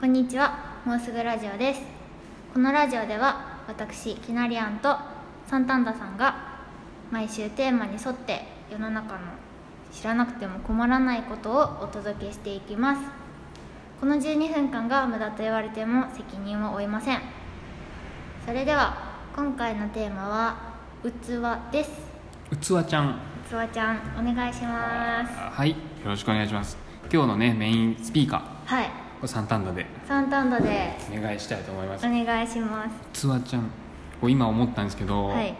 こんにちはもうすぐラジオですこのラジオでは私きなりあんとサンタンダさんが毎週テーマに沿って世の中の知らなくても困らないことをお届けしていきますこの12分間が無駄と言われても責任は負いませんそれでは今回のテーマは器ですうつわちゃん器ちゃんお願いしますはいよろしくお願いします今日のねメインスピーカーはいこれ三単打でサンタンダでお願いしたいと思いまおす願いしますうつわちゃんこう今思ったんですけど、はい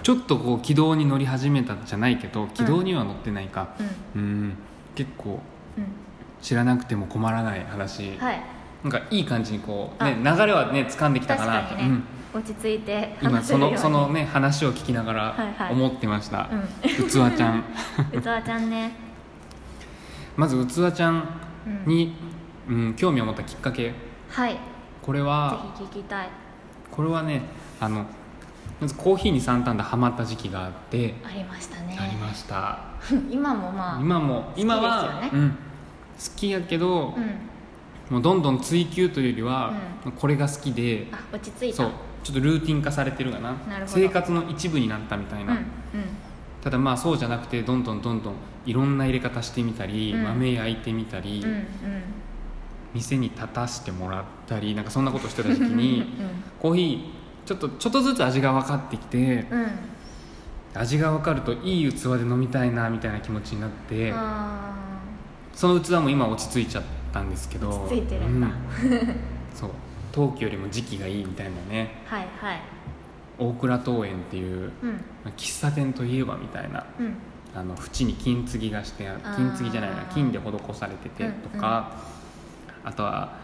ちょっとこう軌道に乗り始めたじゃないけど軌道には乗ってないかうんうん結構う知らなくても困らない話、んはいなんかいい感じにこう、あね、流れはね掴んできた確かかなと、にね、落ち着いてうん、今話せそるようにのそのね話を聞きながはいはらい思ってました、ううつわ ちゃん器ちゃんね、まずうつわちゃんうん、に、うん、興味を持ったきっかけはいぜこれはひ聞きたいこれはねあのまずコーヒーに三単でハマった時期があってありましたねありました、 今もまあ今も今好きは、ですうよん、好きやけど、うんもうどんどん追求というよりは、これが好きであ落ち着いたそうちょっとルーティン化されてるかななるほど生活の一部になったみたいうんうな、んただまあそうじゃなくてどんどんどんどんいろんな入れ方してみたり、うん豆焼いてみたり、うんうん店に立たしてもらったりなんかそんなことしてた時期にコーヒーちょっとちょっとずつ味が分かってきて、うんうん味が分かるといい器で飲みたいなみたいな気持ちになってあその器も今落ち着いちゃったんですけど落ち着いてるんだうそう陶器よりも時期がいいみたいなねーはいはい大倉桃園っていううんまあ喫茶店といえばみたいなうんあの縁に金継ぎがしてああー金継ぎじゃないな金で施されててとか、あとは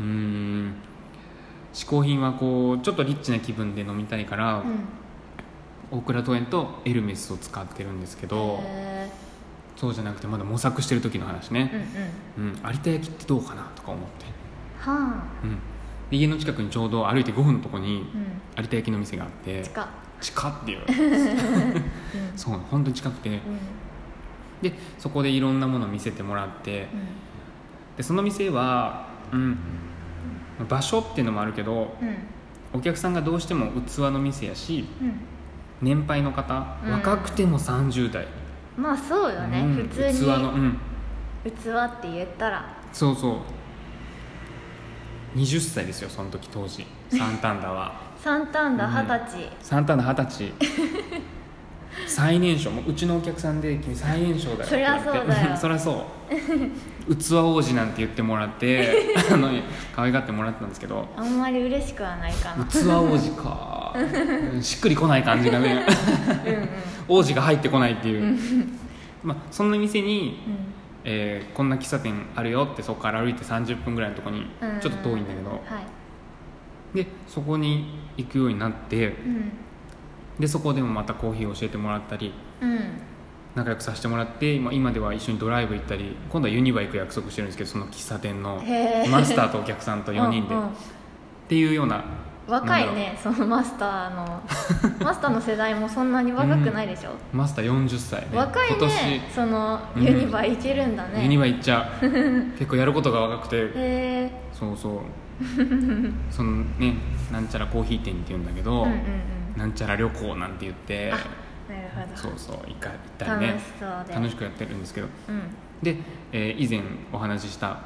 うーん嗜好品はこうちょっとリッチな気分で飲みたいから、うん大倉桃園とエルメスを使ってるんですけど。へそうじゃなくてまだ模索してる時の話ねー、うんうんうん有田焼ってどうかなとか思って、はあうん、で家の近くにちょうど歩いて5分のとこにうん有田焼の店があって近っ近っていう うんそう本当に近くてうんでそこでいろんなもの見せてもらってでその店は、うん、場所っていうのもあるけどうんお客さんがどうしても器の店やしうんうん年配の方うん若くても30代、まあそうよね、うん普通に器のうん器って言ったらそうそう20歳ですよその時当時サンタン ダはサンタンダ二十歳、サンタンダ二十歳最年少もううちのお客さんで君最年少だよって言われてそりゃそうだよん そりゃそう器王子なんて言ってもらって あの可愛がってもらってたんですけどあんまり嬉しくはないかな器王子 かうんしっくりこない感じがねうんうん 王子が入ってこないっていうまあそんな店にうんえーこんな喫茶店あるよってそこから歩いて30分ぐらいのとこにうんちょっと遠いんだけどはいでそこに行くようになってうんでそこでもまたコーヒーを教えてもらったりうん仲良くさせてもらって今今では一緒にドライブ行ったり今度はユニバ行く約束してるんですけどその喫茶店のへーマスターとお客さんと4人でうんうんっていうような若いなんだろねそのマスター のマスターの世代もそんなに若くないでしょ、うマスター40歳ね若い今年ねそのうんユニバ行けるんだね、ユニバ行っちゃ う結構やることが若くてへえそうそうそのねなんちゃらコーヒー店っていうんだけうんど、うんうんなんちゃら旅行なんて言ってあなるほそどうそう行か行った楽りしねそうで楽しくやってるんですけどうんで、えー以前お話しした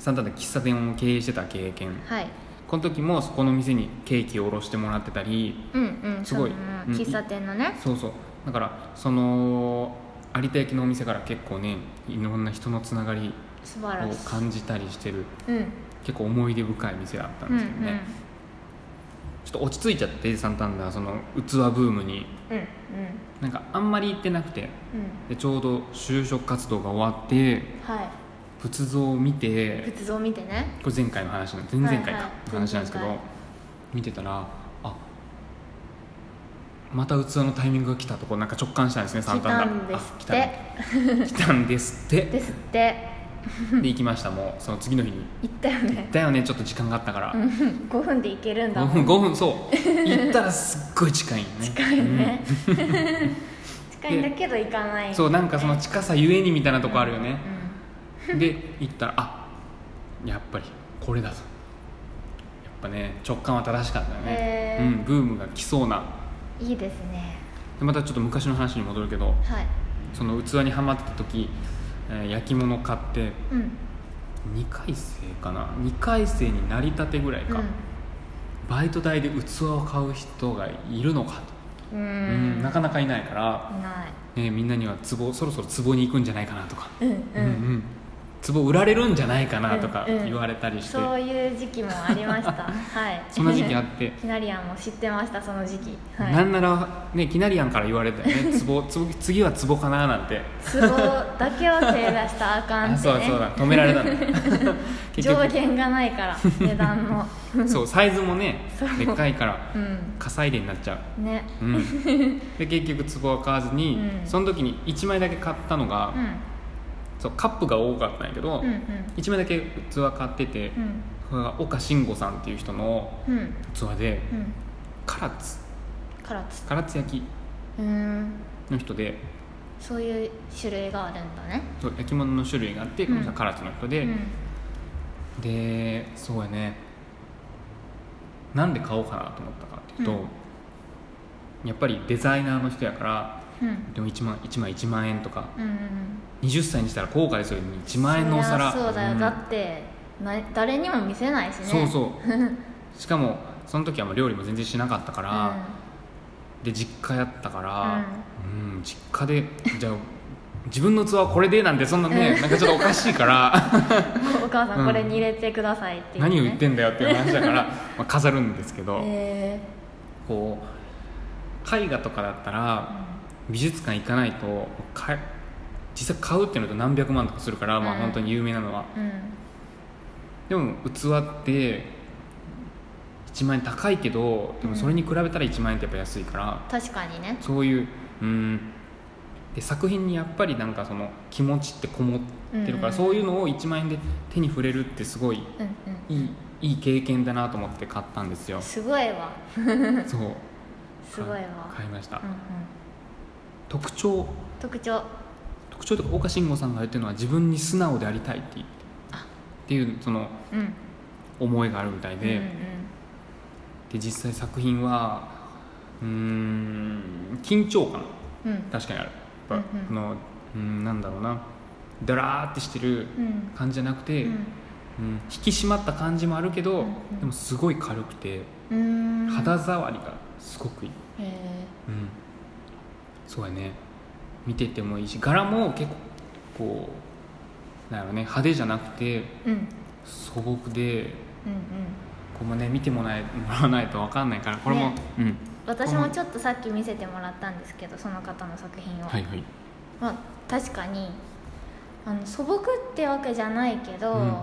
サンタで喫茶店を経営してた経験はいこの時もそこの店にケーキを卸してもらってたりうんうんすごいそのうん喫茶店のねそうそうだからその有田焼のお店から結構ねいろんな人のつながり素晴らをしい感じたりしてるうん結構思い出深い店だったんうんうでんすけどね、ちょっと落ち着いちゃってサンタンダーその器ブームにうんうんなんかあんまり行ってなくてうんでちょうど就職活動が終わってはい仏像を見て仏像見てねこれ前回の話なん前々回はいはかいの話なんですけど、前々見てたらあまた器のタイミングが来たとこなんか直感したんですね来三段たがんですあっ来てたん来たんで すってですってで行きましたもうその次の日に行ったよねだよねちょっと時間があったから、うん5分で行けるんだ5も分ん5分そう行ったらすっごい近いよね近 近いね近いんだけど行かないそうなんかそ の近さゆえにみたいなとこあるよねう、んで行ったらあやっぱりこれだとやっぱね直感は正しかったねへ、うーん、ブームが来そうないいですねでまたちょっと昔の話に戻るけどはいその器にはまってた時、えー焼き物買ってうん2回生かな2回生になりたてぐらいか、バイト代で器を買う人がいるのかうんうと、うんんなかなかいないから、いないね、みんなには壺そろそろ壺に行くんじゃないかなとか、うんううんうんん壺売られるんじゃないかなとかうんうん言われたりして、そういう時期もありま したはいそんな時期あってキナリアンも知ってましたその時期はないんならねきなりやんから言われたよ ね壺壺次は壺かななんてツボだけは手出したらあかんあってそうだねそうだ止めら れたの結上限がない から値段も局そうサイズもねでっかいからうん火砕でになっちゃうね うん、で結局壺は買わずに、うんその時に1枚だけ買ったのが、うんそうカップが多かったんやけど、うんうん1枚だけ器買ってて、うんこれが岡慎吾さんっていう人のうん器でうん唐津唐津唐津焼きうーんの人でそういう種類があるんだねそう焼き物の種類があって、うんこの人は唐津の人で、うんでそうやねなんで買おうかなと思ったかっていうと、やっぱりデザイナーの人やからうんでも1万 ,1 枚1万円とかうんうん20歳にしたら後悔するのに1万円のお皿そりゃそうだよ、んだってな誰にも見せないしねそ うそうしかもその時はもう料理も全然しなかったから、で実家やったからうん、実家でじゃあ自分の器はこれでなんてそんなね、なんかちょっとおかし いからうん、お母さうんんこれに入れてくださいっていう、ね何を言ってんだよっていう話だから、まあ、飾るんですけど、えこう絵画とかだったらー美術館行かないとか実際買うってなると何百万とかするから、まあうん本当に有名なのはうんうんでも器って1万円高いけどでもそれに比べたら1万円ってやっぱ安いから、確かにねそういううんで作品にやっぱりなんかその気持ちってこもってるから、うんそういうのを1万円で手に触れるってすごいうんいいいい経験だなと思って買ったんですうよんすごいわそうすごいわ、買いました、うんうん、特徴特徴特徴とか岡慎吾さんが言ってるのは自分に素直でありたいって言ってっていうそのうん思いがあるみたいで、うんで実際作品はうーん緊張感うんうん確かにあるやっぱうんうんこのうんなんだろうなだらーってしてるうん感じじゃなくて、うん引き締まった感じもあるけど、うんうんでもすごい軽くてうんうん肌触りがすごくいい、えうん、そうやね見ててもいいし柄も結構こうなんやろね派手じゃなくてー、うん素朴うでんうんこれもね見てもらえもらわないと分かんないからこれも、ねうん私もちょっとさっき見せてもらったんですけどその方の作品を、はいはいまあ、確かにあの素朴ってわけじゃないけど、うん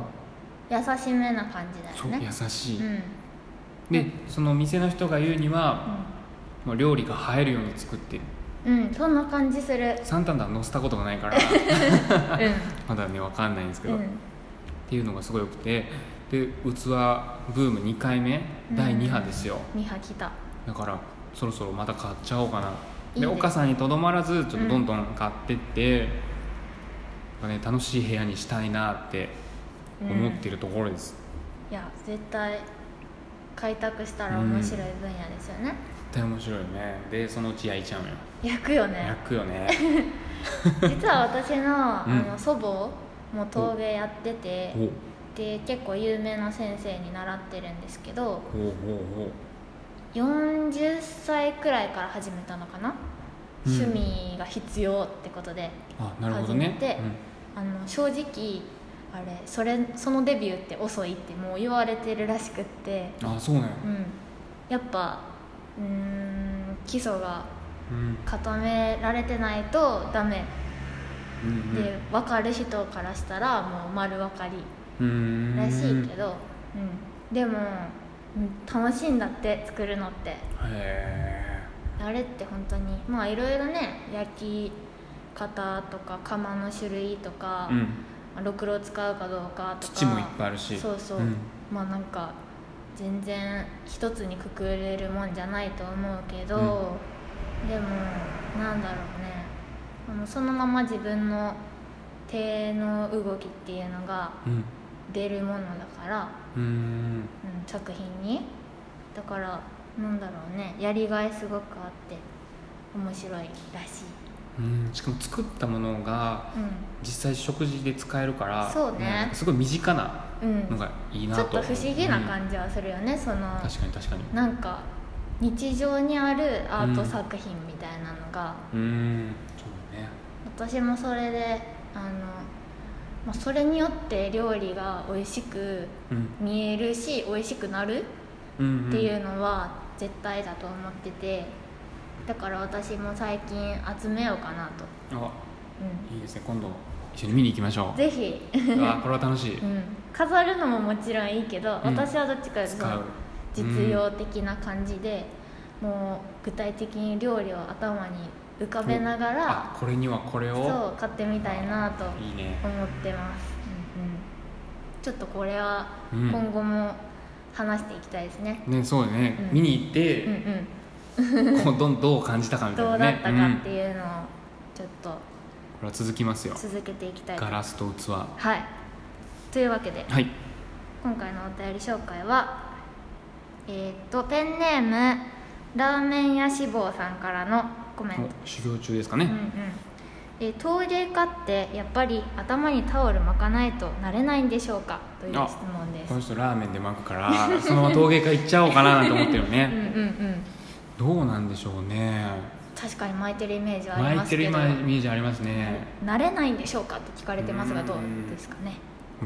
優しめな感じだそうよね優しい、うんうんでその店の人が言うには、もう料理が映えるように作ってるうん、そんな感じす るサンタンダ乗せたことがない からうまだね分かんないんですけんど、うっんていうのがすごいよくてで器ブーム2回目うん第2波ですよ、 2波来ただからそろそろまた買っちゃおうかないいでね岡さんにとどまらずちょっとどんどん買ってって、やっぱね、楽しい部屋にしたいなって思ってるところです、いや絶対開拓したら面白い分野ですよね、絶対面白いよねでそのうち焼いちゃうのよ焼くよね焼くよね 実は私の,、あうんの祖母も陶芸やっててほうで結構有名な先生に習ってるんですけどほうほうほう40歳くらいから始めたのかな、うん趣味が必要ってことであなるほどね初めてあの正直あれそれそのデビューって遅いってもう言われてるらしくってうん、あそうなんや、うんやっぱうーん基礎がうん固められてないとダメうんうんで、分かる人からしたらもう丸分かりうーんらしいけど、うん、でもうん楽しいんだって作るのってへあれって本当にまあいろいろね焼き方とか釜の種類とかえ、うん、まあろくろ使うかどうかとか土もいっぱいあるしそうそう、うんまあなんか全然一つにくくれるもんじゃないと思うけど、でもなんだろうねあのそのまま自分の手の動きっていうのがうん出るものだから、うんうん、作品にだからなんだろうねやりがいすごくあって面白いらしい、うんしかも作ったものがう実際食事で使えるからそうねなんかすごい身近なんうん、のがいいなちとょっと不思議なじ、感じはするよね、そのうん確かに確かになんか日常にあるアート作品みたいなのが、うんそうね私もそれであの、まあ、それによって料理が美味しくうん見えるし美味しくなるうんっていうのは絶対だと思っててだから私も最近集めようかなと、うんあういいですね今度一緒に見に行きましょん、ぜひ、うあこれは楽しいうん、飾るのももちろんいいけど、うん私はどっちかというと使う実用的な感じで、もう具体的に料理を頭に浮かべながらあこれにはこれをそう買ってみたいなと思いいねってます、うんうんちょっとこれはうん今後も話していきたいですね、ねそうだね、うん見に行っうんうて、ん、こうどんどう感じたかみたいどなうねだったうかんっていうのをちょっとこれは続きますよ続けていきたいとガラスと器ははいというわけでい今回のお便り紹介はえーっとペンネームラーメン屋志望さんからのコメントお修行中ですかうんうね、んえ陶芸家ってやっぱり頭にタオル巻かないとなれないんでしょうかという質問ですこの人ラーメンで巻くからそのまま陶芸家行っちゃおうかななんて思ってるうんうんねうんどうなんでしょうね確かに巻いてるイメージはあり巻まいすてるけイどメージありますね、なれないんでしょうかと聞かれてますがどうですかね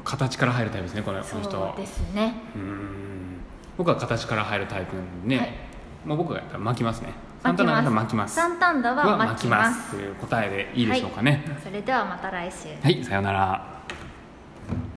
形から入るタイプですねこれこその人はうですねうーん僕は形から入るタイプなんでね、はいもう僕がやったら巻きますねサン巻タきナますは巻きますサンタンダはは巻巻ききまますすという答えでいいでしょうかねそれではまた来週はい、さようなら